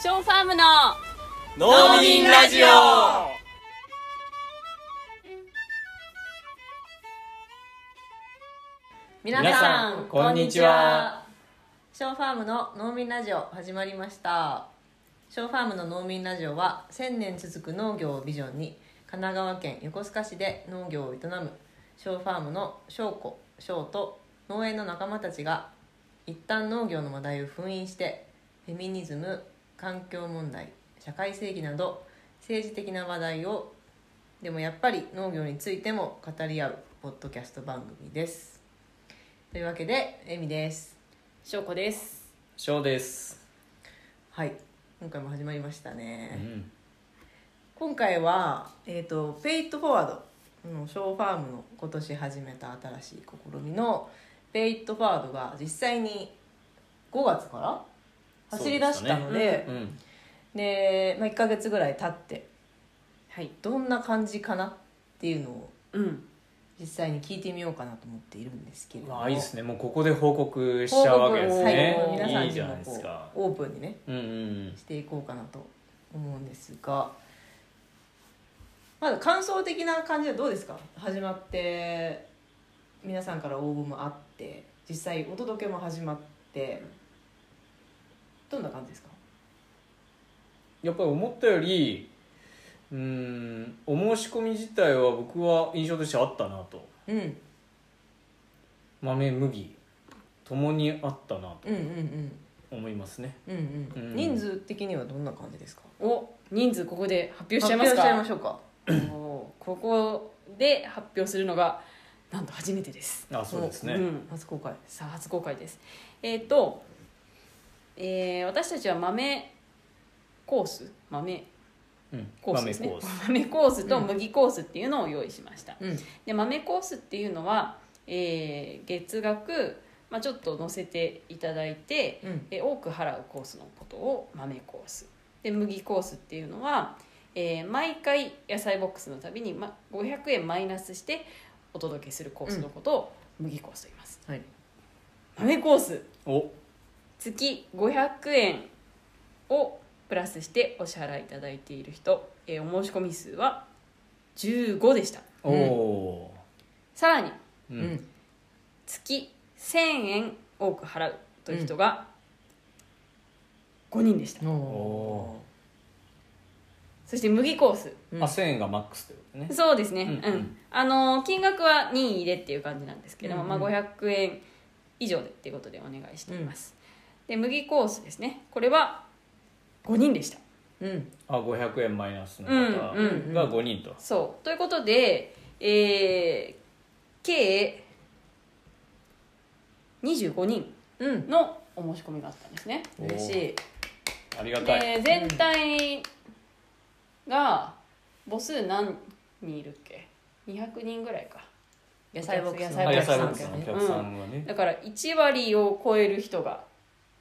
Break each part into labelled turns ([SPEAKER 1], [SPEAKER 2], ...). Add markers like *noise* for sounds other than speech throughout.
[SPEAKER 1] ショーファームの
[SPEAKER 2] 農民ラジオ
[SPEAKER 1] 皆さん
[SPEAKER 2] 皆さんこんにちは
[SPEAKER 1] ショーファームの農民ラジオ始まりましたショーファームの農民ラジオは1000年続く農業をビジョンに神奈川県横須賀市で農業を営むショーファームの翔子翔と農園の仲間たちが一旦農業の話題を封印してフェミニズム環境問題社会正義など政治的な話題をでもやっぱり農業についても語り合うポッドキャスト番組ですというわけでえみです
[SPEAKER 3] 翔子です
[SPEAKER 2] ショーです、
[SPEAKER 1] はい今回も始まりましたね、
[SPEAKER 2] うん、
[SPEAKER 1] 今回は、えー、とペイトフォワードのショーファームの今年始めた新しい試みのペイトフォワードが実際に5月から走り出したのでで,、
[SPEAKER 2] うん、
[SPEAKER 1] まあ、1ヶ月ぐらい経って
[SPEAKER 3] はい
[SPEAKER 1] どんな感じかなっていうのを
[SPEAKER 3] うん
[SPEAKER 1] 実際に聞いてみようかなと思っているんですけれど
[SPEAKER 2] ま
[SPEAKER 1] も
[SPEAKER 2] あいいですねもうここで報告し
[SPEAKER 1] 報
[SPEAKER 2] ちゃう
[SPEAKER 1] 告
[SPEAKER 2] わけですね
[SPEAKER 1] を最後
[SPEAKER 2] い
[SPEAKER 1] に
[SPEAKER 2] いじゃ
[SPEAKER 1] 皆
[SPEAKER 2] な
[SPEAKER 1] さ
[SPEAKER 2] いで
[SPEAKER 1] んにも
[SPEAKER 2] す
[SPEAKER 1] こ
[SPEAKER 2] か
[SPEAKER 1] うオープンにね
[SPEAKER 2] うんうん
[SPEAKER 1] していこうかなと思うんですがまず感想的な感じはどうですか始まって皆さんから応募もあって実際お届けも始まってどんな感じですか
[SPEAKER 2] やっぱり思ったよりうんお申し込み自体は僕は印象としてあったなと
[SPEAKER 1] うんうん
[SPEAKER 2] 豆麦ともにあったなと
[SPEAKER 1] うんうん
[SPEAKER 2] 思いますね
[SPEAKER 1] うんうん、
[SPEAKER 2] うん
[SPEAKER 1] 人数的にはどんな感じですか
[SPEAKER 3] お人数ここで発表しちゃいます
[SPEAKER 1] 発表しちゃいま
[SPEAKER 3] か
[SPEAKER 1] しょうか
[SPEAKER 3] おここで発表するのがなんと初めてです、
[SPEAKER 2] あそうです
[SPEAKER 3] う
[SPEAKER 2] ね
[SPEAKER 3] ん、
[SPEAKER 1] 初公開
[SPEAKER 3] さあ初公開ですえっ、と、えー私たちは豆コース豆
[SPEAKER 2] うん
[SPEAKER 3] コース
[SPEAKER 2] 豆
[SPEAKER 3] です
[SPEAKER 2] コ
[SPEAKER 3] ね
[SPEAKER 2] ース
[SPEAKER 3] 豆コースと
[SPEAKER 1] うん
[SPEAKER 3] 麦コースっていうのを用意しました、
[SPEAKER 1] うん
[SPEAKER 3] で豆コースっていうのは、えー月額、まあ、ちょっと載せていただいて、
[SPEAKER 1] うん
[SPEAKER 3] えー多く払うコースのことを豆コースで麦コースっていうのは、えー毎回野菜ボックスのたびに、ま、500円マイナスしてお届けするコースのことを麦コースと言います、
[SPEAKER 1] はい
[SPEAKER 3] 豆コース
[SPEAKER 2] お
[SPEAKER 3] 月500円をプラスしてお支払いいただいている人、えーお申し込み数は15でした
[SPEAKER 2] おお
[SPEAKER 3] さらに
[SPEAKER 2] ーう
[SPEAKER 1] うんん
[SPEAKER 3] 月1000円多く払うという人が5人でした、
[SPEAKER 2] お
[SPEAKER 3] そして麦コース
[SPEAKER 1] うん
[SPEAKER 2] あ1000円がマックスということね
[SPEAKER 3] そうですね、
[SPEAKER 2] うん
[SPEAKER 3] うん
[SPEAKER 2] うん
[SPEAKER 3] あのー金額は任意でっていう感じなんですけども、
[SPEAKER 1] うんうん
[SPEAKER 3] まあ、500円以上でっていうことでお願いしています、で麦コースですねこれは5人でした
[SPEAKER 1] うん
[SPEAKER 2] あ500円マイナスの
[SPEAKER 3] うん
[SPEAKER 2] 方
[SPEAKER 3] うん
[SPEAKER 1] うん
[SPEAKER 2] が5人と
[SPEAKER 3] そうということで、えー計25人
[SPEAKER 1] うん
[SPEAKER 3] のお申し込みがあったんですね
[SPEAKER 1] 嬉しい
[SPEAKER 2] ありがたい
[SPEAKER 3] で全体が母数何人いるっけ200人ぐらいか
[SPEAKER 1] 野菜ボックスの
[SPEAKER 3] 野
[SPEAKER 2] あ野
[SPEAKER 3] 菜
[SPEAKER 2] 菜
[SPEAKER 3] ボ
[SPEAKER 2] ボ
[SPEAKER 3] ッ
[SPEAKER 2] ッ
[SPEAKER 3] ク
[SPEAKER 2] ク
[SPEAKER 3] ス
[SPEAKER 2] ス
[SPEAKER 3] の
[SPEAKER 2] の
[SPEAKER 3] お
[SPEAKER 2] お
[SPEAKER 3] 客
[SPEAKER 2] 客
[SPEAKER 3] さ
[SPEAKER 2] さ
[SPEAKER 3] ん
[SPEAKER 2] んはね、
[SPEAKER 3] だから1割を超える人が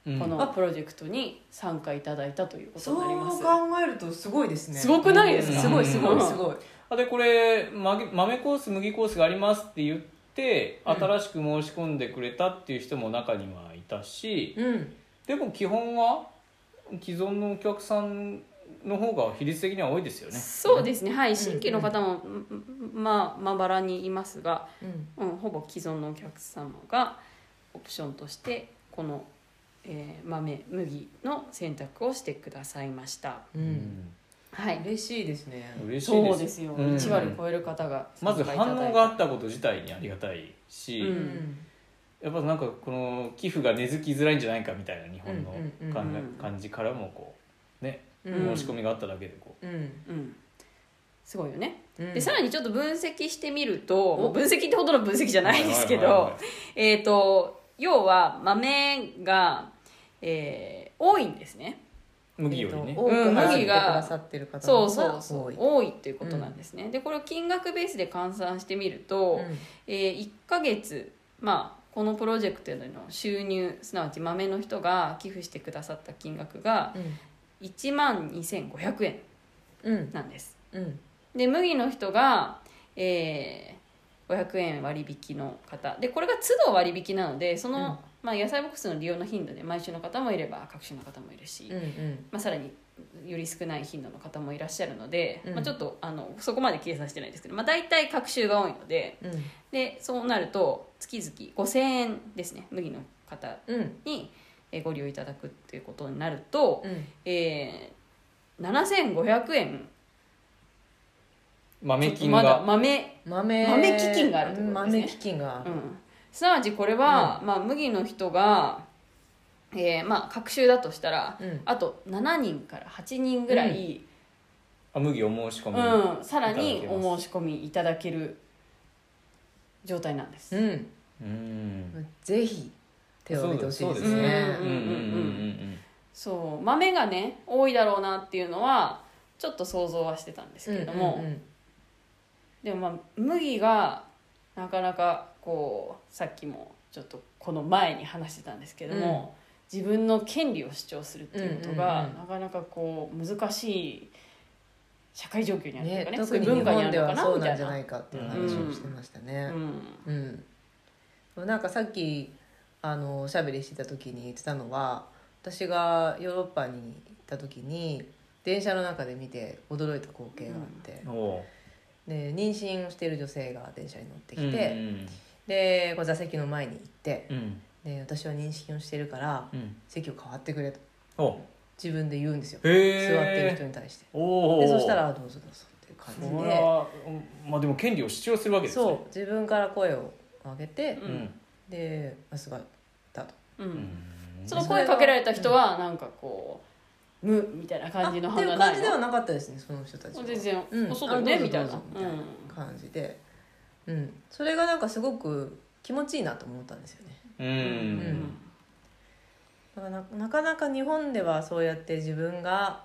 [SPEAKER 2] うん
[SPEAKER 3] この
[SPEAKER 1] あ
[SPEAKER 3] プロジェクトに参加いただいたということ
[SPEAKER 1] そう
[SPEAKER 3] になります。
[SPEAKER 1] 考えるとすごいですね
[SPEAKER 3] すごくないです
[SPEAKER 2] か
[SPEAKER 1] すごいすご
[SPEAKER 2] う
[SPEAKER 1] い
[SPEAKER 2] ん
[SPEAKER 1] すごい
[SPEAKER 2] あでこれまげ豆コース麦コースがありますって言って
[SPEAKER 1] うん
[SPEAKER 2] 新しく申し込んでくれたっていう人も中にはいたし、
[SPEAKER 1] うん
[SPEAKER 2] でも基本は既存のお客さんの方が比率的には多いですよね
[SPEAKER 3] そうですね、はい、新規の方も、うんまあまばらにいますが、
[SPEAKER 1] うん
[SPEAKER 3] うん、ほぼ既存のお客様がオプションとしてこの、えー豆麦の選択をしてくださいました。
[SPEAKER 1] う
[SPEAKER 2] うんん
[SPEAKER 3] はい、
[SPEAKER 1] 嬉しいですね
[SPEAKER 2] 嬉しい
[SPEAKER 3] そうで
[SPEAKER 2] です
[SPEAKER 3] すよ、
[SPEAKER 2] うん
[SPEAKER 3] 1割超える方が
[SPEAKER 2] ま
[SPEAKER 3] 参加
[SPEAKER 2] ず
[SPEAKER 3] いただい
[SPEAKER 2] 反応があったこと自体にありがたいし、
[SPEAKER 3] う
[SPEAKER 1] うんん
[SPEAKER 2] やっぱなんかこの寄付が根付きづらいんじゃないかみたいな日本の
[SPEAKER 1] うんうんうん
[SPEAKER 2] 考え
[SPEAKER 3] うん
[SPEAKER 2] 感じからもこうね
[SPEAKER 1] う
[SPEAKER 3] うん
[SPEAKER 1] ん
[SPEAKER 2] 申し込みがあっただけでこ
[SPEAKER 1] うん
[SPEAKER 3] うん、すごいよね。
[SPEAKER 1] うん
[SPEAKER 3] でさらにちょっと分析してみると、
[SPEAKER 1] お
[SPEAKER 3] 分析ってほどの分析じゃ
[SPEAKER 2] う
[SPEAKER 3] ないですけど、
[SPEAKER 2] はいはいはい
[SPEAKER 3] えっ、と要は豆が、えー多いんですね
[SPEAKER 2] 麦より
[SPEAKER 1] え
[SPEAKER 2] ね
[SPEAKER 1] っと多く
[SPEAKER 3] うん
[SPEAKER 1] 払って
[SPEAKER 3] 麦
[SPEAKER 1] く
[SPEAKER 3] が
[SPEAKER 1] ださってる方の
[SPEAKER 3] そう
[SPEAKER 1] 方が
[SPEAKER 3] そうそう
[SPEAKER 1] 多
[SPEAKER 3] 多い
[SPEAKER 1] い
[SPEAKER 3] っていうことなんですね、でこれを金額ベースで換算してみると、
[SPEAKER 1] うん
[SPEAKER 3] え1ヶ月まあこのプロジェクトへの収入すなわち豆の人が寄付してくださった金額が1万2500円
[SPEAKER 1] うん
[SPEAKER 3] なんです
[SPEAKER 1] うん
[SPEAKER 3] で麦の人が、え500円割引の方でこれが都度割引なのでその、
[SPEAKER 1] うん
[SPEAKER 3] まあ、野菜ボックスの利用の頻度で毎週の方もいれば各種の方もいるし、
[SPEAKER 1] うんうん
[SPEAKER 3] まあ、さらにより少ない頻度の方もいらっしゃるので、
[SPEAKER 1] うん
[SPEAKER 3] まあ、ちょっとあのそこまで計算してないですけど、まあ、大体各週が多いので
[SPEAKER 1] うん
[SPEAKER 3] でそうなると月々5,000円ですね麦の方
[SPEAKER 1] うん
[SPEAKER 3] にえーご利用いただくっていうことになると、
[SPEAKER 1] うん
[SPEAKER 3] えー、7500円
[SPEAKER 2] 豆金
[SPEAKER 3] まだ
[SPEAKER 2] が
[SPEAKER 3] 豆
[SPEAKER 1] 豆
[SPEAKER 3] 豆基金があるってことですね
[SPEAKER 1] 豆基金があ
[SPEAKER 3] う
[SPEAKER 1] る、
[SPEAKER 3] ん、すなわちこれは、まあ、麦の人が、えーまあ、隔週だとしたら、
[SPEAKER 1] うん
[SPEAKER 3] あと7人から8人ぐらい、
[SPEAKER 2] あ麦お申し込
[SPEAKER 3] うん
[SPEAKER 2] み、
[SPEAKER 3] さらにお申し込みいただける状態なんです。
[SPEAKER 1] うん
[SPEAKER 2] うん
[SPEAKER 1] ぜひ手を挙げてほしいで
[SPEAKER 2] そ
[SPEAKER 1] す
[SPEAKER 2] うですう
[SPEAKER 1] ね
[SPEAKER 2] んうんうんうん
[SPEAKER 3] そう豆がね多いだろうなっていうのはちょっと想像はしてたんですけれども、
[SPEAKER 1] うんうん
[SPEAKER 3] でもまあ麦がなかなかこうさっきもちょっとこの前に話してたんですけども、自分の権利を主張するっていうことが、
[SPEAKER 1] うんうんうん
[SPEAKER 3] なかなかこう難しい社会状況にあ
[SPEAKER 1] うん
[SPEAKER 3] るという
[SPEAKER 1] ね
[SPEAKER 3] かね
[SPEAKER 1] 特に
[SPEAKER 3] そういう文
[SPEAKER 1] 日
[SPEAKER 3] 化にあ
[SPEAKER 1] 本で
[SPEAKER 3] るのか
[SPEAKER 1] は
[SPEAKER 3] な
[SPEAKER 1] そう
[SPEAKER 3] みた
[SPEAKER 1] なん
[SPEAKER 3] い
[SPEAKER 1] じゃ
[SPEAKER 3] な
[SPEAKER 1] な。いかっていう話をしてましたね
[SPEAKER 3] うん
[SPEAKER 1] うん、でもなんかさっきあのおしゃべりしてた時に言ってたのは私がヨーロッパに行った時に電車の中で見て驚いた光景があって、
[SPEAKER 2] うんおう
[SPEAKER 1] で妊娠をしている女性が電車に乗って
[SPEAKER 2] うん
[SPEAKER 1] きて、でこう座席の前に行って
[SPEAKER 2] うん
[SPEAKER 1] で私は妊娠をしてるから
[SPEAKER 2] うん
[SPEAKER 1] 席を変わってくれと
[SPEAKER 2] おう
[SPEAKER 1] 自分で言うんですよ、
[SPEAKER 2] へえ
[SPEAKER 1] 座ってる人に対して
[SPEAKER 2] おう
[SPEAKER 1] でそしたらどうぞどうぞっていう感
[SPEAKER 2] そ
[SPEAKER 1] じ
[SPEAKER 2] れ
[SPEAKER 1] で
[SPEAKER 2] はうんまあでも権利を主張するわけですね
[SPEAKER 1] そう自分から声を上げて、
[SPEAKER 3] う
[SPEAKER 2] うん
[SPEAKER 1] で「あすごい」だと。
[SPEAKER 3] うん
[SPEAKER 2] うん
[SPEAKER 3] その声かけられた人はなんかこう無みたいな感じの
[SPEAKER 1] あっていう
[SPEAKER 3] 反応
[SPEAKER 1] 感
[SPEAKER 3] ない
[SPEAKER 1] じでは
[SPEAKER 3] の
[SPEAKER 1] なかったですねその人たちは
[SPEAKER 3] 全然、
[SPEAKER 1] うん
[SPEAKER 3] そうだよね
[SPEAKER 1] あどうぞ
[SPEAKER 3] みたいな
[SPEAKER 1] どうぞみたいな
[SPEAKER 3] うん
[SPEAKER 1] 感じで、うん、それがなんかすごく気持ちいいなと思ったんですよね
[SPEAKER 2] う
[SPEAKER 3] うんん
[SPEAKER 1] だからななかなか日本ではそうやって自分が、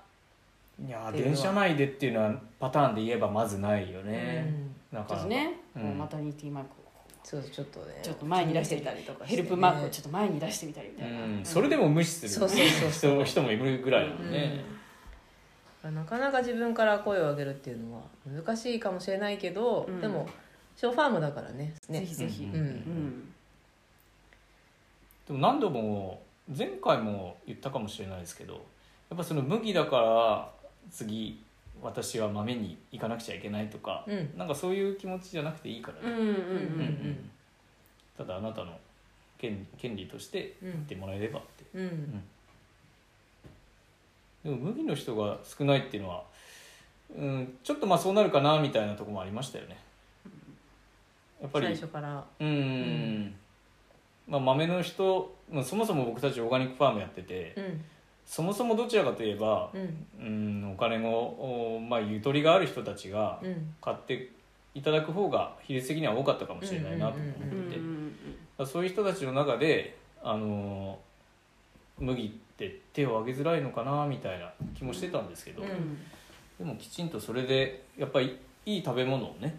[SPEAKER 2] いやー電車内でっていうのはパターンで言えばまずないよねな
[SPEAKER 3] ち
[SPEAKER 2] か
[SPEAKER 3] ょっ
[SPEAKER 2] な
[SPEAKER 3] と
[SPEAKER 2] か
[SPEAKER 3] ね、
[SPEAKER 2] うん
[SPEAKER 3] こうマタニティマークをこう
[SPEAKER 1] うん、そうちょっとね
[SPEAKER 3] ちょっと前に出してみた
[SPEAKER 1] りとか
[SPEAKER 3] ヘルプマークを
[SPEAKER 1] ょ
[SPEAKER 3] ちょっと前に出してみたりみたいな、
[SPEAKER 2] うんそれでも無視する
[SPEAKER 1] そうそうそ
[SPEAKER 2] 人
[SPEAKER 1] う
[SPEAKER 2] 人もいるぐらいだもんね
[SPEAKER 1] っとなかなか自分から声を上げるっていうのは難しいかもしれないけど、
[SPEAKER 3] うん
[SPEAKER 1] でもショーファームだからね
[SPEAKER 3] ぜ
[SPEAKER 1] ね
[SPEAKER 3] ひぜひ、
[SPEAKER 2] う
[SPEAKER 3] うんん
[SPEAKER 1] うん
[SPEAKER 2] でも何度も前回も言ったかもしれないですけどやっぱその麦だから次私は豆に行かなくちゃいけないとか、
[SPEAKER 1] うん
[SPEAKER 2] なんかそういう気持ちじゃなくていいか
[SPEAKER 3] うん
[SPEAKER 2] らね、
[SPEAKER 3] うん
[SPEAKER 1] うん
[SPEAKER 3] うん
[SPEAKER 2] ただあなたの権権利として
[SPEAKER 1] う
[SPEAKER 2] 言
[SPEAKER 1] ん
[SPEAKER 2] ってもらえればって
[SPEAKER 1] うん
[SPEAKER 2] でも麦の人が少ないっていうのは、うん、ちょっとまあそうなるかなみたいなところもありましたよねやっぱり
[SPEAKER 1] 最初から
[SPEAKER 2] うん、まあ、豆の人まあそもそも僕たちオーガニックファームやってて、
[SPEAKER 1] うん
[SPEAKER 2] そもそもどちらかといえば、
[SPEAKER 1] うん
[SPEAKER 2] うん、お金の、おまあ、ゆとりがある人たちが
[SPEAKER 1] うん
[SPEAKER 2] 買っていただく方が比率的には多かったかもしれないなと思って
[SPEAKER 1] うんうん
[SPEAKER 3] うん
[SPEAKER 2] て、だか
[SPEAKER 3] うん
[SPEAKER 2] らそういう人たちの中で、あのー麦って手を挙げづらいのかなみたいな気もしてたんですけど、
[SPEAKER 1] うん
[SPEAKER 2] でもきちんとそれでやっぱりいい食べ物をね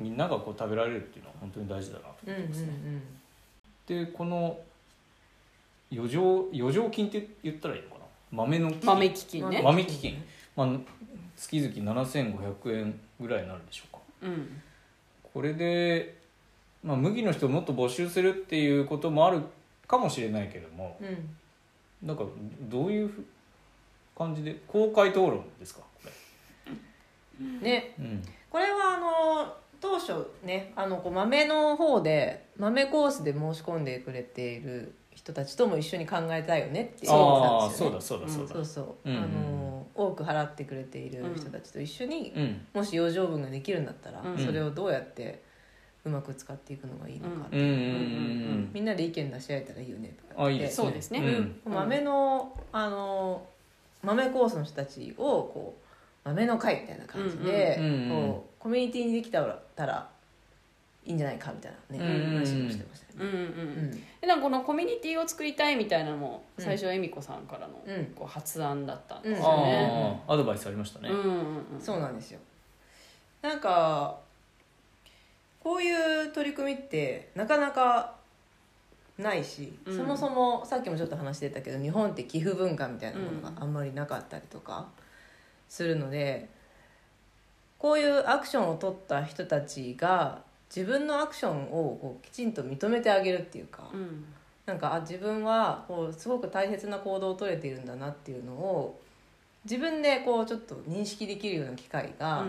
[SPEAKER 2] みんながこう食べられるっていうのは本当に大事だなと
[SPEAKER 1] うんうん
[SPEAKER 2] 思いますね。
[SPEAKER 1] うん
[SPEAKER 2] でこの余剰余剰金って言ったらいいのかな豆の金
[SPEAKER 3] 豆基金ね、
[SPEAKER 2] 豆基金まあ、月々7500円ぐらいになるでしょうか
[SPEAKER 3] うん
[SPEAKER 2] これで、まあ、麦の人をもっと募集するっていうこともあるかもしれないけども
[SPEAKER 1] うん
[SPEAKER 2] なんかどういうふ感じで公開討論ですかこ
[SPEAKER 1] ね
[SPEAKER 2] れ、うん、
[SPEAKER 1] これはあの当初ねあのこう豆の方で豆コースで申し込んでくれている人たちとも一緒に考えたいよねっていう
[SPEAKER 2] ああ
[SPEAKER 1] そ
[SPEAKER 2] そううだそうだそうだ
[SPEAKER 1] そうそう、
[SPEAKER 2] うんうん
[SPEAKER 1] あの多く払ってくれている人たちと一緒に、
[SPEAKER 2] うん
[SPEAKER 1] もし養生分ができるんだったら、
[SPEAKER 3] うん
[SPEAKER 1] それをどうやってうまく使っていくのがいいのか、
[SPEAKER 2] うんうんうんう
[SPEAKER 1] み
[SPEAKER 2] ん
[SPEAKER 1] んなで意見出し合えたらいいよねとか
[SPEAKER 2] あいいですね
[SPEAKER 3] そうですね
[SPEAKER 2] うん
[SPEAKER 1] 豆のあの豆コースの人たちをこう豆の会みたいな感じで、
[SPEAKER 2] うんうんうんうん
[SPEAKER 1] こうコミュニティにできたらいいんじゃないかみたいなね、
[SPEAKER 2] うんうんうん
[SPEAKER 1] 話をしてました
[SPEAKER 3] うんう
[SPEAKER 1] ね。
[SPEAKER 3] んう
[SPEAKER 1] うんん
[SPEAKER 3] でなんかこのコミュニティを作りたいみたいなのも
[SPEAKER 1] うん
[SPEAKER 3] 最初は恵美子さんからの
[SPEAKER 1] うん
[SPEAKER 3] こう発案だったんですよね。
[SPEAKER 2] ああアドバイスありました
[SPEAKER 3] う
[SPEAKER 2] ね
[SPEAKER 3] んうんうん
[SPEAKER 1] そうなんですよなんかこういう取り組みってなかなかないし、
[SPEAKER 3] うん
[SPEAKER 1] そもそもさっきもちょっと話してたけど日本って寄付文化みたいなものがあんまりなかったりとかするので、こういうアクションを取った人たちが自分のアクションをこうきちんと認めてあげるっていうか、
[SPEAKER 3] うん
[SPEAKER 1] なんかあ自分はこうすごく大切な行動を取れているんだなっていうのを自分でこうちょっと認識できるような機会
[SPEAKER 3] うん
[SPEAKER 1] が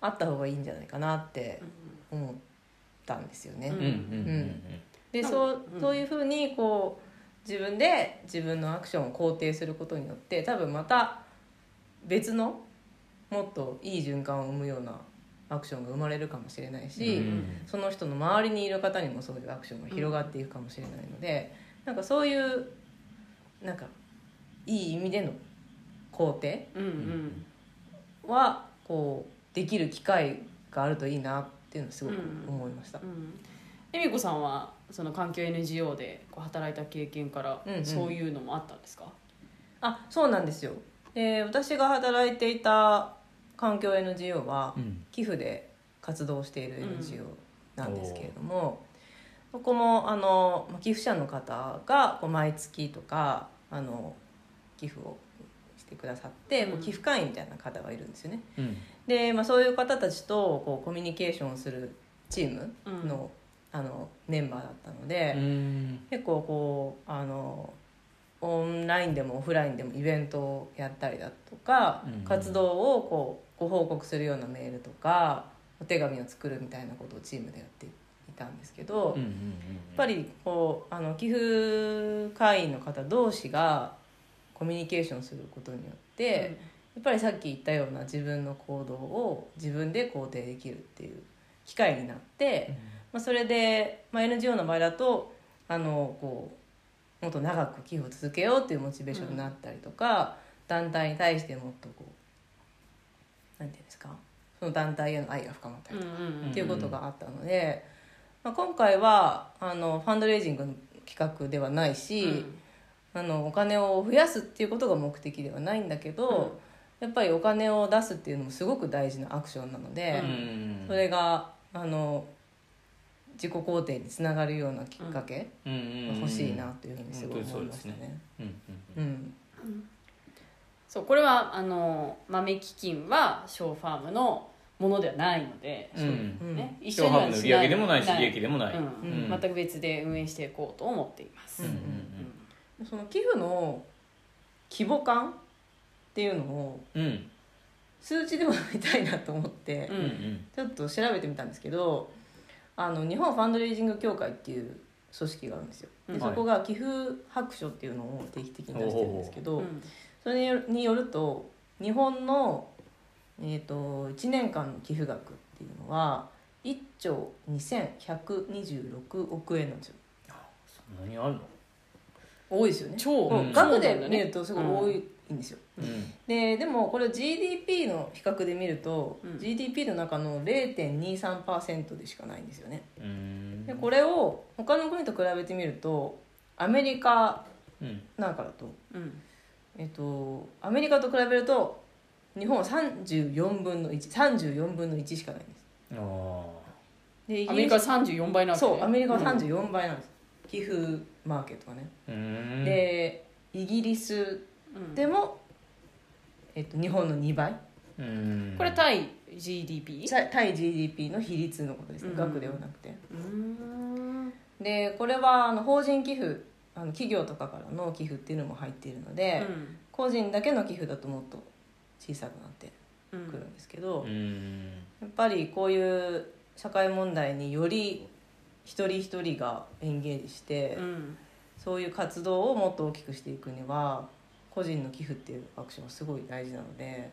[SPEAKER 1] あった方がいいんじゃないかなって思ったんですよね。
[SPEAKER 3] う
[SPEAKER 2] うんうんうん
[SPEAKER 1] で
[SPEAKER 3] なんか
[SPEAKER 1] そう
[SPEAKER 3] うん
[SPEAKER 1] そういうふうにこう自分で自分のアクションを肯定することによって多分また別のもっといい循環を生むようなアクションが生まれるかもしれないし、
[SPEAKER 2] うん
[SPEAKER 1] その人の周りにいる方にもそういうアクションが広がっていくかもしれないので、なんかそういうなんかいい意味での肯定
[SPEAKER 3] うんうん
[SPEAKER 1] はこうできる機会があるといいなっていうのをすごく思いました。
[SPEAKER 3] うん恵美子さんはその環境 NGO でこう働いた経験から
[SPEAKER 1] うんうん
[SPEAKER 3] そういうのもあったんですか、
[SPEAKER 1] あそうなんですよで私が働いていた環境 NGO は
[SPEAKER 2] うん
[SPEAKER 1] 寄付で活動している
[SPEAKER 3] うん
[SPEAKER 1] NGO なんですけれども、そこもあのまあ寄付者の方がこう毎月とかあの寄付をしてくださって、こう
[SPEAKER 3] うん
[SPEAKER 1] 寄付会員みたいな方がいるんですよね。
[SPEAKER 2] うん
[SPEAKER 1] で、まあ、そういう方たちとこうコミュニケーションをするチーム
[SPEAKER 3] うん
[SPEAKER 1] の,、あのメンバーだったので。
[SPEAKER 2] うん
[SPEAKER 1] 結構こうあのオンラインでもオフラインでもイベントをやったりだとか、
[SPEAKER 2] うん
[SPEAKER 1] 活動をこうご報告するようなメールとかお手紙を作るみたいなことをチームでやっていたんですけど、
[SPEAKER 2] うんうん
[SPEAKER 1] やっ
[SPEAKER 2] うん
[SPEAKER 1] ぱりこうあの寄付会員の方同士がコミュニケーションすることによって、やっぱりさっき言ったような自分の行動を自分で肯定できるっていう機会になって、
[SPEAKER 2] うん
[SPEAKER 1] まあ、それで、まあ、NGO の場合だとあのこうもっと長く寄付を続けようっていうモチベーションになったりとか、団体に対してもっとこうなんていうんですかその団体への愛が深まった
[SPEAKER 3] う
[SPEAKER 1] り
[SPEAKER 3] ん
[SPEAKER 1] とか
[SPEAKER 3] うん
[SPEAKER 1] っていうことがあったので、まあ、今回はあのファンドレイジングの企画ではないし、あのお金を増やすっていうことが目的ではないんだけど、やっぱりお金を出すっていうのもすごく大事なアクションなので、
[SPEAKER 2] うん
[SPEAKER 1] それがあの自己肯定につながるようなきっかけ
[SPEAKER 2] うんうん
[SPEAKER 1] が
[SPEAKER 2] うん
[SPEAKER 1] 欲しいなというふうにすごい思いまし
[SPEAKER 2] 本当
[SPEAKER 1] た
[SPEAKER 2] にそうです
[SPEAKER 1] ね。
[SPEAKER 2] うんうんう
[SPEAKER 1] うんん、
[SPEAKER 3] そうこれはあの豆基金はショーファームのものではないので、
[SPEAKER 2] うん
[SPEAKER 1] う
[SPEAKER 3] そ
[SPEAKER 1] ん
[SPEAKER 3] ね、一
[SPEAKER 2] シ
[SPEAKER 3] 緒
[SPEAKER 2] ョー
[SPEAKER 3] に
[SPEAKER 2] ハ
[SPEAKER 3] は
[SPEAKER 2] ームの売
[SPEAKER 3] し
[SPEAKER 2] り上げでもないし利益でもない
[SPEAKER 3] うん
[SPEAKER 1] うん
[SPEAKER 3] 全く別で運営していこうと思っています、
[SPEAKER 1] うんうん
[SPEAKER 3] うん
[SPEAKER 1] その寄付の規模感っていうのを
[SPEAKER 2] うんうん
[SPEAKER 1] 数値でも見たいなと思って、
[SPEAKER 3] う
[SPEAKER 2] うんうんん
[SPEAKER 1] ちょっと調べてみたんですけどあの日本ファンドレイジング協会っていう組織があるんですよ。で
[SPEAKER 3] うん
[SPEAKER 1] そこが寄付白書っていうのを定期的に出してるんですけど、
[SPEAKER 3] うん
[SPEAKER 1] それによるによると日本の、えー、と1年間の寄付額っていうのは1兆2126億円なんですよ
[SPEAKER 2] そんなにあるの
[SPEAKER 1] 多いですよね
[SPEAKER 3] 超、
[SPEAKER 2] うん
[SPEAKER 1] 額で見るとすごい多いんですよ、
[SPEAKER 2] うん
[SPEAKER 1] ででもこれ GDP の比較で見ると、
[SPEAKER 3] うん
[SPEAKER 1] GDP の中の0.23%でしかないんですよね
[SPEAKER 2] うん
[SPEAKER 1] でこれを他の国と比べてみるとアメリカ
[SPEAKER 2] うん
[SPEAKER 1] なんかだと
[SPEAKER 3] うん
[SPEAKER 1] えっと、アメリカと比べると日本は34分の134分の1しかないんです
[SPEAKER 2] あー
[SPEAKER 1] でイ
[SPEAKER 3] ア
[SPEAKER 1] ギ
[SPEAKER 3] メ
[SPEAKER 1] リ
[SPEAKER 3] リ
[SPEAKER 1] ス
[SPEAKER 3] カ34倍なわけね
[SPEAKER 1] そうアメリカは
[SPEAKER 3] うん
[SPEAKER 1] 34倍なんです、寄付マーケットがね、
[SPEAKER 2] うん
[SPEAKER 1] でイギリス
[SPEAKER 3] うん
[SPEAKER 1] でも、えっと、日本の2倍
[SPEAKER 2] うん
[SPEAKER 3] これ対 GDP?
[SPEAKER 1] 対対 GDP の比率のことですね、
[SPEAKER 3] うん
[SPEAKER 1] 額ではなくて
[SPEAKER 3] うーん
[SPEAKER 1] でこれはあの法人寄付あの企業とかからの寄付っていうのも入っているので、個人だけの寄付だともっと小さくなって
[SPEAKER 3] うんうん
[SPEAKER 1] くるんですけど、
[SPEAKER 2] うん
[SPEAKER 1] やっぱりこういう社会問題により一人一人がエンゲージして、
[SPEAKER 3] うん
[SPEAKER 1] そういう活動をもっと大きくしていくには個人の寄付っていうアクションはすごい大事なので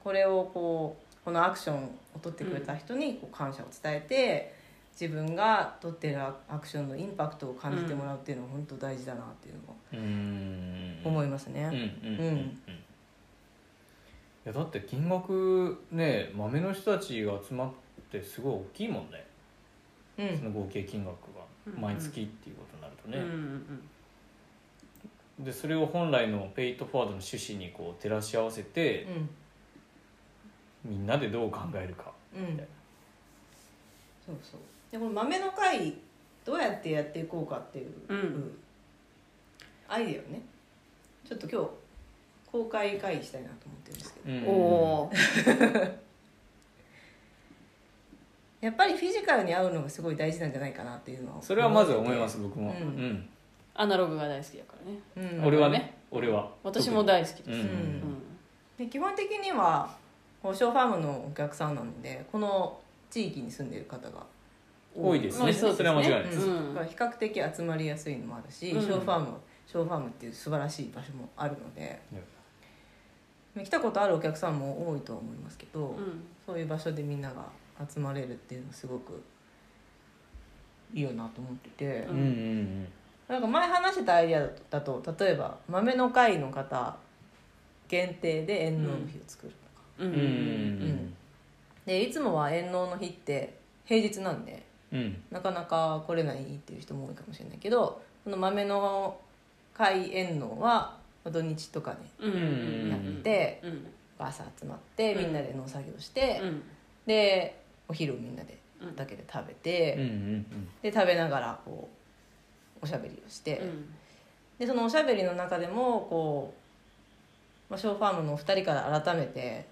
[SPEAKER 1] これをこうこのアクションを取ってくれた人にこう感謝を伝えて、自分が取ってるアクションのインパクトを感じてもらうっていうのは本当大事だなっていうのを
[SPEAKER 2] うん
[SPEAKER 1] 思います
[SPEAKER 2] うん
[SPEAKER 1] ね。
[SPEAKER 2] うんうんうんいやだって金額ね豆の人たちが集まってすごい大きいもんね
[SPEAKER 1] うん
[SPEAKER 2] その合計金額
[SPEAKER 3] うんう
[SPEAKER 2] が
[SPEAKER 3] ん
[SPEAKER 2] 毎月っていうことになると
[SPEAKER 3] うんう
[SPEAKER 2] ね、
[SPEAKER 3] ん
[SPEAKER 2] でそれを本来のペイトフォワードの趣旨にこう照らし合わせて、
[SPEAKER 1] うん
[SPEAKER 2] みんなでどう考えるか
[SPEAKER 1] うん、そうそうでこの豆の会どうやってやっていこうかっていう、
[SPEAKER 3] うん
[SPEAKER 1] アイディアをねちょっと今日公開会議したいなと思ってるんですけど
[SPEAKER 2] うん
[SPEAKER 3] おお
[SPEAKER 1] いやっぱりフィジカルに合うのがすごい大事なんじゃないかなっていうのを
[SPEAKER 2] それはまず思います僕も、
[SPEAKER 1] う
[SPEAKER 2] うん
[SPEAKER 3] アナログが大好きだからね
[SPEAKER 1] うん
[SPEAKER 2] 俺はね
[SPEAKER 3] ね
[SPEAKER 2] 俺は
[SPEAKER 3] 私も大好きです、
[SPEAKER 2] うん
[SPEAKER 3] うん
[SPEAKER 1] で基本的には保証ファームのお客さんなのでこの地域に住んでいる方が
[SPEAKER 2] 多いです
[SPEAKER 3] ま
[SPEAKER 2] ね
[SPEAKER 3] あそうですね
[SPEAKER 2] それは間違いないです、
[SPEAKER 1] うん
[SPEAKER 3] うん
[SPEAKER 1] だから比較的集まりやすいのもあるし、
[SPEAKER 3] うん
[SPEAKER 1] ショーファームショーファームっていう素晴らしい場所もあるので
[SPEAKER 2] うん
[SPEAKER 1] 来たことあるお客さんも多いと思いますけど、
[SPEAKER 3] うん
[SPEAKER 1] そういう場所でみんなが集まれるっていうのはすごくいいよなと思ってて、
[SPEAKER 3] うん
[SPEAKER 2] うんうん
[SPEAKER 1] なんか前話してたアイディアだと例えば豆の会の方限定で遠納の日を作るとか、
[SPEAKER 3] うん
[SPEAKER 2] うん
[SPEAKER 3] う
[SPEAKER 2] うん
[SPEAKER 3] ん
[SPEAKER 1] でいつもは遠納の日って平日なんで
[SPEAKER 2] うんうん
[SPEAKER 1] なかなか来れないっていう人も多いかもしれないけどこの豆の会遠納は土日とかね
[SPEAKER 3] うんうん
[SPEAKER 1] やって
[SPEAKER 3] うん
[SPEAKER 1] 朝集まって
[SPEAKER 3] うん
[SPEAKER 1] みんなで農作業して、
[SPEAKER 3] うん
[SPEAKER 1] でお昼をみんなで
[SPEAKER 3] うん
[SPEAKER 1] だけで食
[SPEAKER 2] うん
[SPEAKER 1] べ
[SPEAKER 2] う
[SPEAKER 1] て、
[SPEAKER 2] ん
[SPEAKER 1] で食べながらこうおしゃべりをして、でそのおしゃべりの中でもこう、まあ、ショーファームのお二人から改めて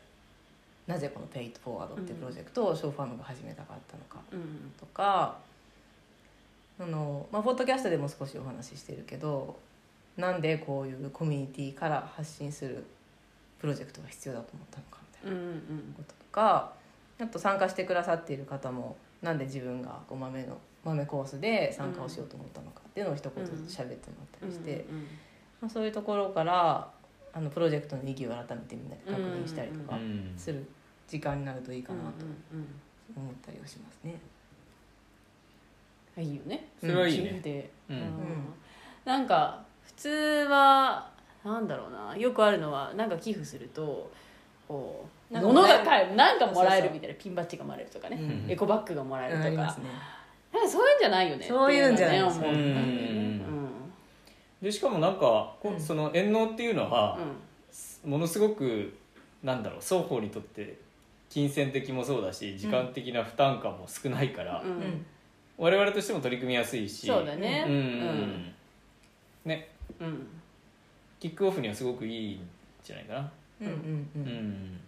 [SPEAKER 1] なぜこの「ペイトフォワード」っていうプロジェクトをショーファームが始めたかったのか
[SPEAKER 3] うん
[SPEAKER 1] とか、あのまあ、ポッドキャストでも少しお話ししてるけどなんでこういうコミュニティから発信するプロジェクトが必要だと思ったのかみたいな
[SPEAKER 3] うんうん
[SPEAKER 1] こととかあと参加してくださっている方もなんで自分がこう豆の豆コースで参加をしようと思ったのかっていうのを一言ずつ喋ってもらった
[SPEAKER 3] うん
[SPEAKER 1] りして。
[SPEAKER 3] うん
[SPEAKER 1] まあ、そういうところからあのプロジェクトの意義を改めてみんなで確認したりと
[SPEAKER 2] う
[SPEAKER 1] か
[SPEAKER 2] ん
[SPEAKER 1] する時間になるといいかなと
[SPEAKER 3] うん
[SPEAKER 1] 思ったりはしますね。
[SPEAKER 3] うんいいよね
[SPEAKER 2] それはいいね
[SPEAKER 3] 自由で
[SPEAKER 2] うん
[SPEAKER 3] うん
[SPEAKER 1] ん
[SPEAKER 3] なんか普通はなんだろうなよくあるのはなんか寄付するとこう
[SPEAKER 1] なんか
[SPEAKER 3] 物
[SPEAKER 1] もら
[SPEAKER 3] が
[SPEAKER 1] える
[SPEAKER 3] 買えるなんかもらえ
[SPEAKER 1] そ
[SPEAKER 3] る
[SPEAKER 1] うそう
[SPEAKER 3] みたいなピンバッジがもらえるとかね、
[SPEAKER 1] うん
[SPEAKER 3] エコバッグがもらえると
[SPEAKER 1] あり
[SPEAKER 3] か,、
[SPEAKER 1] ますね。
[SPEAKER 3] なんかそういうんじゃないよね
[SPEAKER 1] そういうんじゃない
[SPEAKER 3] っ
[SPEAKER 1] で
[SPEAKER 3] て
[SPEAKER 1] す
[SPEAKER 3] うのはね思うんだよね
[SPEAKER 2] うんでしかもなんかこ
[SPEAKER 1] うん
[SPEAKER 2] その遠納っていうの
[SPEAKER 3] うん
[SPEAKER 2] は
[SPEAKER 3] うん
[SPEAKER 2] ものすごくなんだろう双方にとって金銭的もそうだし時間的な負担感も少ないから、
[SPEAKER 3] うん
[SPEAKER 1] うん、
[SPEAKER 2] 我々としても取り組みやすいし
[SPEAKER 3] そうだね
[SPEAKER 2] うんね
[SPEAKER 3] うん、うん
[SPEAKER 2] キックオフにはすごくいいんじゃないかな
[SPEAKER 1] うんう
[SPEAKER 2] うんん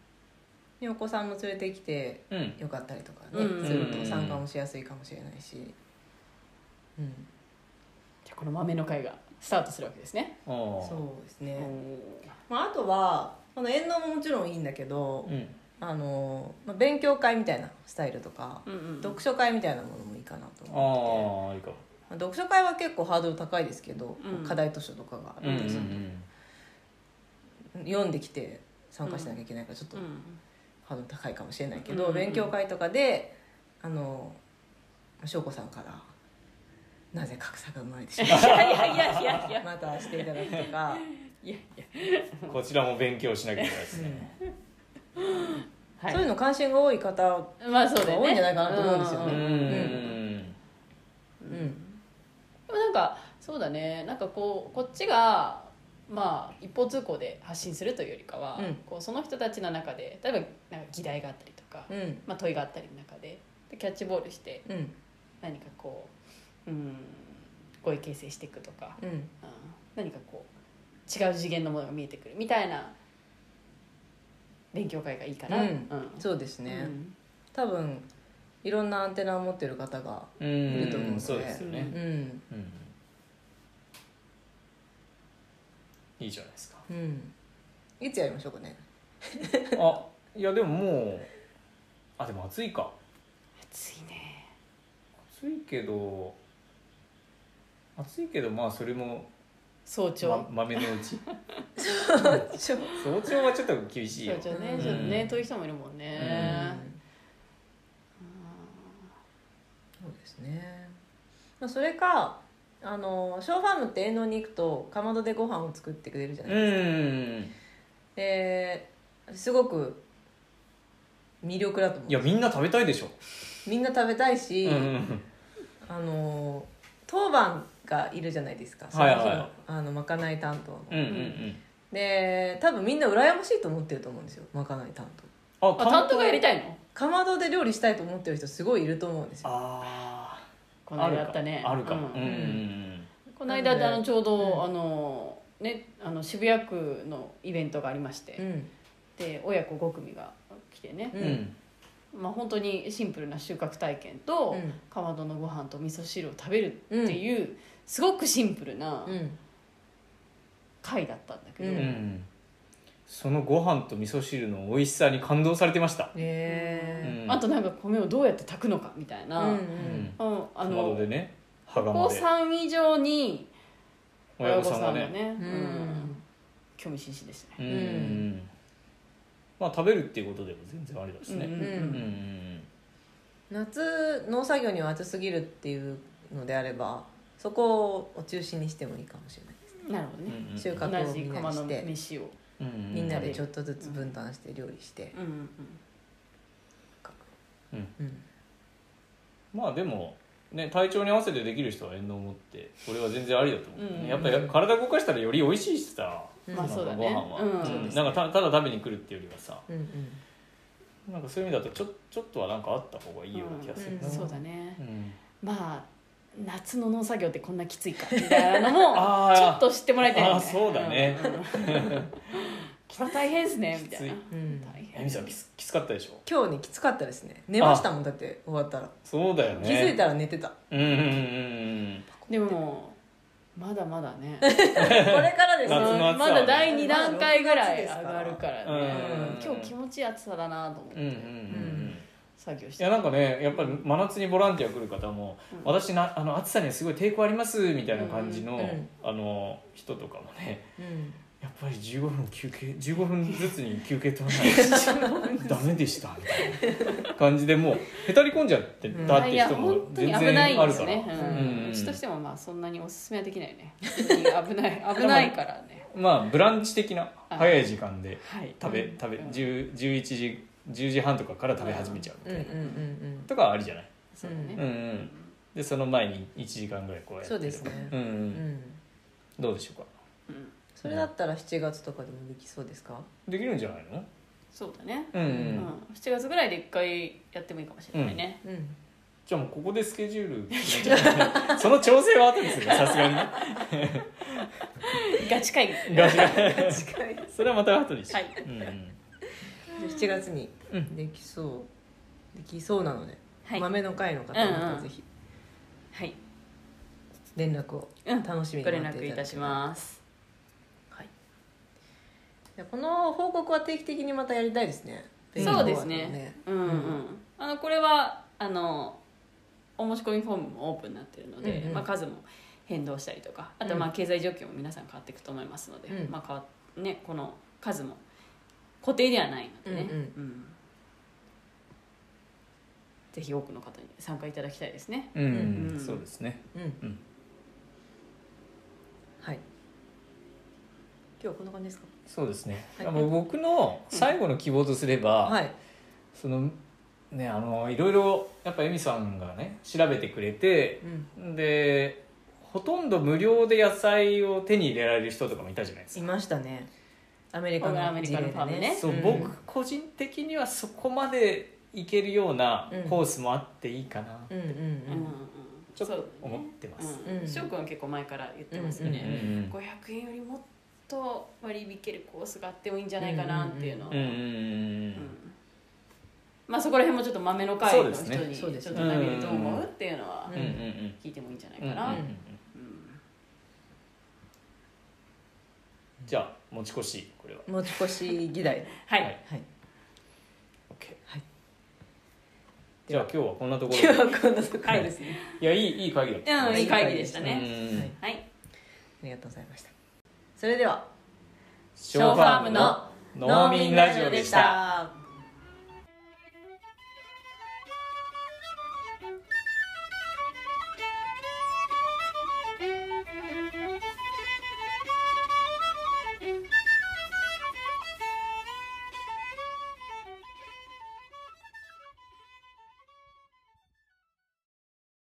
[SPEAKER 1] うん。お子さんも連れてきて
[SPEAKER 2] うん
[SPEAKER 1] よかったりとかね、
[SPEAKER 3] うん
[SPEAKER 1] すると参加もしやすいかもしれないし。うん、
[SPEAKER 3] じゃあこの豆の会がスタートするわけですね。
[SPEAKER 2] あー
[SPEAKER 1] そうです
[SPEAKER 3] う
[SPEAKER 1] ね。
[SPEAKER 3] ん
[SPEAKER 1] まああとはこの遠納ももちろんいいんだけど、
[SPEAKER 2] うん
[SPEAKER 1] あのまあ勉強会みたいなスタイルとか、
[SPEAKER 3] うんうん
[SPEAKER 1] 読書会みたいなものもいいかなと
[SPEAKER 2] あ
[SPEAKER 1] 思っ
[SPEAKER 2] ーい
[SPEAKER 1] てて。
[SPEAKER 2] いかも
[SPEAKER 1] 読書会は結構ハードル高いですけど、
[SPEAKER 3] うん
[SPEAKER 1] 課題図書とかがあ
[SPEAKER 2] うんう
[SPEAKER 1] る
[SPEAKER 2] ん
[SPEAKER 1] んです、
[SPEAKER 2] うん
[SPEAKER 1] 読んできて参加しなきゃいけないからちょっと
[SPEAKER 3] うん
[SPEAKER 1] ハードル高いかもしれないけど、
[SPEAKER 3] うん
[SPEAKER 1] 勉強会とかであの翔子さんから「なぜ格差が生まれてしま
[SPEAKER 3] *laughs*
[SPEAKER 1] う
[SPEAKER 3] いやいやいやいやいや
[SPEAKER 1] またしていただくとか、
[SPEAKER 3] いや、
[SPEAKER 2] *laughs* こちらも勉強しなきゃいけないですね
[SPEAKER 3] はい、
[SPEAKER 1] そういうの関心が多い方、
[SPEAKER 3] まあそうだよね
[SPEAKER 1] 多いんじゃないかなと思うんですよ
[SPEAKER 2] う
[SPEAKER 1] ね
[SPEAKER 2] ん
[SPEAKER 1] ん
[SPEAKER 3] うん
[SPEAKER 1] う
[SPEAKER 3] で
[SPEAKER 1] ん
[SPEAKER 3] もなんかそうだねなんかこうこっちがまあ一方通行で発信するというよりかは、
[SPEAKER 1] うん
[SPEAKER 3] こうその人たちの中で例えばなんか議題があったりとか、
[SPEAKER 1] うん
[SPEAKER 3] まあ、問いがあったりの中ででキャッチボールして
[SPEAKER 1] うん
[SPEAKER 3] 何かこううん合意形成していくとか、
[SPEAKER 1] うん
[SPEAKER 3] うん何かこう違う次元のものが見えてくるみたいな勉強会がいいかな。
[SPEAKER 1] うん
[SPEAKER 3] う
[SPEAKER 1] そうです
[SPEAKER 3] で
[SPEAKER 1] ね、多分いろんなアンテナを持ってる方が、
[SPEAKER 2] う
[SPEAKER 1] いいと思うね
[SPEAKER 2] んそうですよ
[SPEAKER 1] う
[SPEAKER 2] ね
[SPEAKER 1] ん
[SPEAKER 2] うんいいじゃないですか
[SPEAKER 1] うん、いつやりましょう
[SPEAKER 3] *laughs*
[SPEAKER 1] かね
[SPEAKER 2] あいやでももうあでも暑いか
[SPEAKER 3] 暑いね。
[SPEAKER 2] 暑いけど暑いけどまあそれも、
[SPEAKER 3] 早朝。
[SPEAKER 2] ま、豆のうち早朝はちょっと厳しいよ
[SPEAKER 3] 早朝ね、
[SPEAKER 1] うん
[SPEAKER 3] ちょっとね、遠い人もいるもんね。
[SPEAKER 1] そうですね。まあそれかあのショーファームって営農に行くとかまどでご飯を作ってくれるじゃ
[SPEAKER 2] う
[SPEAKER 1] ないですか。
[SPEAKER 2] ん
[SPEAKER 1] ですごく魅力だと思う。
[SPEAKER 2] いやみんな食べたいでしょ、
[SPEAKER 1] みんな食べたいし、
[SPEAKER 2] うんうん
[SPEAKER 1] あの当番がいるじゃないですか。
[SPEAKER 2] はいはい
[SPEAKER 1] その日のあのまかない担当の。
[SPEAKER 2] うんうんうん
[SPEAKER 1] で多分みんな羨ましいと思ってると思うんですよまかない担当。
[SPEAKER 2] あ
[SPEAKER 3] あ、担当がやり
[SPEAKER 2] い
[SPEAKER 3] たいの。
[SPEAKER 1] かまどで料理したいと思ってる人すごいいると思うんですよ。
[SPEAKER 2] あー
[SPEAKER 3] この間あったね。
[SPEAKER 2] あるか
[SPEAKER 3] うん
[SPEAKER 2] もうんうんうん
[SPEAKER 3] この間、あ
[SPEAKER 1] う
[SPEAKER 3] の、
[SPEAKER 1] ん
[SPEAKER 3] ちょうど、
[SPEAKER 1] うん
[SPEAKER 3] あの、ね、あの渋谷区のイベントがありまして。
[SPEAKER 1] うん
[SPEAKER 3] で、親子5組が来てね
[SPEAKER 1] う。
[SPEAKER 2] うん
[SPEAKER 3] まあ、本当にシンプルな収穫体験と、
[SPEAKER 1] うん
[SPEAKER 3] かまどのご飯と味噌汁を食べるっていう、すごくシンプルな
[SPEAKER 1] うん
[SPEAKER 3] 回だったんだけど、
[SPEAKER 1] うん
[SPEAKER 2] うんそのご飯と味噌汁の美味しさに感動されてました
[SPEAKER 1] へ
[SPEAKER 2] うん
[SPEAKER 3] あとなんか米をどうやって炊くのかみたい
[SPEAKER 1] えう
[SPEAKER 3] な、
[SPEAKER 1] ん
[SPEAKER 2] うん
[SPEAKER 3] うんあ
[SPEAKER 2] かまど
[SPEAKER 3] の
[SPEAKER 2] でね羽
[SPEAKER 3] お
[SPEAKER 2] 釜
[SPEAKER 3] 子
[SPEAKER 2] で
[SPEAKER 3] さん以上に
[SPEAKER 2] 親御さんがね
[SPEAKER 3] ね、
[SPEAKER 1] う
[SPEAKER 3] うんん、興味津々でしたね。
[SPEAKER 2] うん、
[SPEAKER 1] ん
[SPEAKER 2] まあ食べるっていうことでも全然ありだし
[SPEAKER 3] う
[SPEAKER 2] ね
[SPEAKER 3] ん
[SPEAKER 2] うん
[SPEAKER 1] う夏農作業には暑すぎるっていうのであればそこを中心にしてもいいかもしれな
[SPEAKER 3] な
[SPEAKER 1] い
[SPEAKER 3] るほど
[SPEAKER 2] うん
[SPEAKER 3] ね、
[SPEAKER 2] うん
[SPEAKER 1] 収穫
[SPEAKER 3] 同じ釜の飯を、
[SPEAKER 2] うんうん
[SPEAKER 1] みんなでちょっとずつ分担して料理して
[SPEAKER 3] うんうん
[SPEAKER 2] うん
[SPEAKER 1] うん
[SPEAKER 2] まあでもね体調に合わせてできる人は遠慮を持って俺は全然ありだと思うね、
[SPEAKER 3] うん
[SPEAKER 2] やっぱり体動かしたらより美味しいしさ、
[SPEAKER 1] うん
[SPEAKER 3] まあそうだね
[SPEAKER 2] ご飯は、
[SPEAKER 3] うん
[SPEAKER 2] んなんかたただ食べに来るっていうよりはさ
[SPEAKER 1] うんうん
[SPEAKER 2] なんかそういう意味だとちょちょっとはなんかあった方がいいような気がするな、
[SPEAKER 3] うんん、そうだね
[SPEAKER 2] う、ん
[SPEAKER 3] まあ夏の農作業ってこんなきついかみたいなのもちょっ
[SPEAKER 2] *laughs* あー
[SPEAKER 3] と知ってもらいたいよ
[SPEAKER 2] あーそうだね
[SPEAKER 3] うんうん *laughs* これ大変ですねみたいな
[SPEAKER 2] き
[SPEAKER 1] うん
[SPEAKER 3] 大
[SPEAKER 2] え
[SPEAKER 3] 変
[SPEAKER 2] みさんきつきつかったでしょ
[SPEAKER 1] 今日ねきつかったですね寝ましたもんだって終わったら
[SPEAKER 2] そうだよね
[SPEAKER 1] 気づいたら寝てたこ
[SPEAKER 2] うんうんうん
[SPEAKER 3] でもまだまだね
[SPEAKER 1] れからで
[SPEAKER 2] 夏の暑
[SPEAKER 1] す
[SPEAKER 2] さはね
[SPEAKER 3] まだ第2段階ぐらい上がるから
[SPEAKER 2] うん
[SPEAKER 3] ね、
[SPEAKER 1] うん
[SPEAKER 3] 今日気持ちいい暑さだなと思って、
[SPEAKER 2] うんうんうんうん
[SPEAKER 3] 作業し
[SPEAKER 2] い
[SPEAKER 3] て
[SPEAKER 2] やなんかねやっぱり真夏にボランティア来る方も、
[SPEAKER 3] うん
[SPEAKER 2] 私なあの暑さにはすごい抵抗ありますみたいな感じの,、
[SPEAKER 1] うんうん
[SPEAKER 2] あの人とかもね
[SPEAKER 1] うん
[SPEAKER 2] やっぱり15分休憩15分ずつに休憩取らないとダメでしたみたいな感じでもうへたり込んじゃってたって
[SPEAKER 3] い
[SPEAKER 2] いう
[SPEAKER 3] や
[SPEAKER 2] 人も
[SPEAKER 3] 本当に
[SPEAKER 2] 全
[SPEAKER 3] 危ない
[SPEAKER 2] 然あ
[SPEAKER 3] ん
[SPEAKER 2] る
[SPEAKER 3] です
[SPEAKER 2] から、
[SPEAKER 3] ね、うん
[SPEAKER 2] うん
[SPEAKER 3] うちとしてもまあそんなにおすすめはできないね本当に危ない危ないからね
[SPEAKER 2] まあブランチ的な
[SPEAKER 3] あ
[SPEAKER 2] 早い時間で
[SPEAKER 3] はい
[SPEAKER 2] 食べ
[SPEAKER 3] うん
[SPEAKER 2] 食べ
[SPEAKER 3] うん
[SPEAKER 2] 10 11時10時半とかから食べ始めちゃう
[SPEAKER 1] うんう
[SPEAKER 2] み
[SPEAKER 1] ん
[SPEAKER 2] た
[SPEAKER 1] う
[SPEAKER 2] い
[SPEAKER 1] ん
[SPEAKER 2] な、
[SPEAKER 1] うん
[SPEAKER 2] とかはありじゃない、
[SPEAKER 3] そうだね、
[SPEAKER 2] うんうん、でその前に1時間ぐらいこうやって
[SPEAKER 1] そうですね
[SPEAKER 2] うんう、
[SPEAKER 1] うんん
[SPEAKER 2] どうでしょうか
[SPEAKER 3] うん
[SPEAKER 1] それだったら7月とかでもできそうですか
[SPEAKER 2] できるんじゃないの
[SPEAKER 3] そうだね、
[SPEAKER 2] うん、うん
[SPEAKER 3] うん7月ぐらいで一回やってもいいかもしれないね、
[SPEAKER 1] うん
[SPEAKER 2] じゃあもうここでスケジュール決めちゃう *laughs* その調整は後にするよさすがにね
[SPEAKER 3] ガチ会議
[SPEAKER 2] ガチガチ
[SPEAKER 1] 近い
[SPEAKER 2] *laughs*
[SPEAKER 1] じゃ
[SPEAKER 2] それはまた後にしよ、
[SPEAKER 3] はいう
[SPEAKER 2] うんうん
[SPEAKER 1] あ7月に
[SPEAKER 2] うん
[SPEAKER 1] できそうできそうなので
[SPEAKER 3] はい、
[SPEAKER 1] 豆の会の方
[SPEAKER 3] うんうん
[SPEAKER 1] またぜひ
[SPEAKER 3] はい、
[SPEAKER 1] 連絡を
[SPEAKER 3] うん
[SPEAKER 1] 楽しみ
[SPEAKER 3] ご
[SPEAKER 1] に
[SPEAKER 3] 連
[SPEAKER 1] 待っ
[SPEAKER 3] 絡
[SPEAKER 1] てい
[SPEAKER 3] い
[SPEAKER 1] ただ
[SPEAKER 3] た
[SPEAKER 1] き
[SPEAKER 3] します
[SPEAKER 1] はいじゃあこの報告は定期的にまたやりたいですね
[SPEAKER 2] うん
[SPEAKER 3] そうですねうんうん、
[SPEAKER 1] うん
[SPEAKER 3] あのこれはあのお申し込みフォームもオープンになっているので、
[SPEAKER 1] うんうん
[SPEAKER 3] まあ、数も変動したりとかあとまあ経済状況も皆さん変わっていくと思いますので、
[SPEAKER 1] うん
[SPEAKER 3] まあ変わっね、この数も固定ではないのでね、
[SPEAKER 1] うん
[SPEAKER 3] うんぜひ多くの方に参加いただきたいですね。
[SPEAKER 2] うん
[SPEAKER 3] う
[SPEAKER 2] うん
[SPEAKER 3] ん
[SPEAKER 2] そうですね
[SPEAKER 1] うん、
[SPEAKER 2] うん
[SPEAKER 1] はい今日はこんな感じですか
[SPEAKER 2] そうですね、
[SPEAKER 1] はい
[SPEAKER 2] あの僕の最後の希望とすれば、
[SPEAKER 1] はい
[SPEAKER 2] そのねあのいろいろやっぱエミさんがね調べてくれて
[SPEAKER 1] うん
[SPEAKER 2] でほとんど無料で野菜を手に入れられる人とかもいたじゃないです
[SPEAKER 1] い
[SPEAKER 2] か
[SPEAKER 1] ましたねアメリカ
[SPEAKER 3] ア
[SPEAKER 1] の
[SPEAKER 3] メリ
[SPEAKER 1] 事
[SPEAKER 3] カの
[SPEAKER 1] 例
[SPEAKER 3] ファーム
[SPEAKER 1] で
[SPEAKER 3] ね
[SPEAKER 1] ね
[SPEAKER 2] そう、
[SPEAKER 1] ん
[SPEAKER 2] 僕個人的にはそこまでいけるようなコースもあっていいかな、
[SPEAKER 1] うんうん
[SPEAKER 3] うんうん
[SPEAKER 2] ちょっ
[SPEAKER 3] そう
[SPEAKER 2] と思ってま
[SPEAKER 3] だね
[SPEAKER 2] す。
[SPEAKER 1] う
[SPEAKER 3] 翔
[SPEAKER 1] ん
[SPEAKER 3] くんは結構前から言ってます
[SPEAKER 2] う
[SPEAKER 3] よ
[SPEAKER 2] ん
[SPEAKER 3] ね、500円よりもっと割り引けるコースがあってもいいんじゃないかなっていうのは、
[SPEAKER 2] うんうんうん
[SPEAKER 3] うんまあそこら辺もちょっと豆の会の人
[SPEAKER 2] そう
[SPEAKER 3] に
[SPEAKER 1] ですね
[SPEAKER 3] ち
[SPEAKER 1] そ
[SPEAKER 3] ょ
[SPEAKER 1] う
[SPEAKER 3] っ
[SPEAKER 1] です
[SPEAKER 3] と
[SPEAKER 1] ね
[SPEAKER 3] 投げると思うっていうのは
[SPEAKER 2] う
[SPEAKER 1] う
[SPEAKER 2] んうんうん
[SPEAKER 3] 聞いてもいいんじゃない
[SPEAKER 2] うん
[SPEAKER 3] か
[SPEAKER 2] うん
[SPEAKER 3] な、
[SPEAKER 2] うん
[SPEAKER 3] うん
[SPEAKER 2] じゃあ持ち越しこれは。
[SPEAKER 1] 持ち越し議題
[SPEAKER 3] はい、 *laughs*
[SPEAKER 2] はい
[SPEAKER 1] はい
[SPEAKER 2] OK
[SPEAKER 1] はい
[SPEAKER 2] じゃあ今日はこんなところ
[SPEAKER 1] 今日
[SPEAKER 2] で
[SPEAKER 1] はこんなところですね、
[SPEAKER 2] いやいいいい会議だっ
[SPEAKER 3] *laughs*
[SPEAKER 2] た
[SPEAKER 3] うんいい会議でした
[SPEAKER 2] う
[SPEAKER 3] ね、
[SPEAKER 2] ん
[SPEAKER 1] はい
[SPEAKER 3] はい
[SPEAKER 1] ありがとうございましたそれでは
[SPEAKER 2] ショーファームの農民ラジオでした。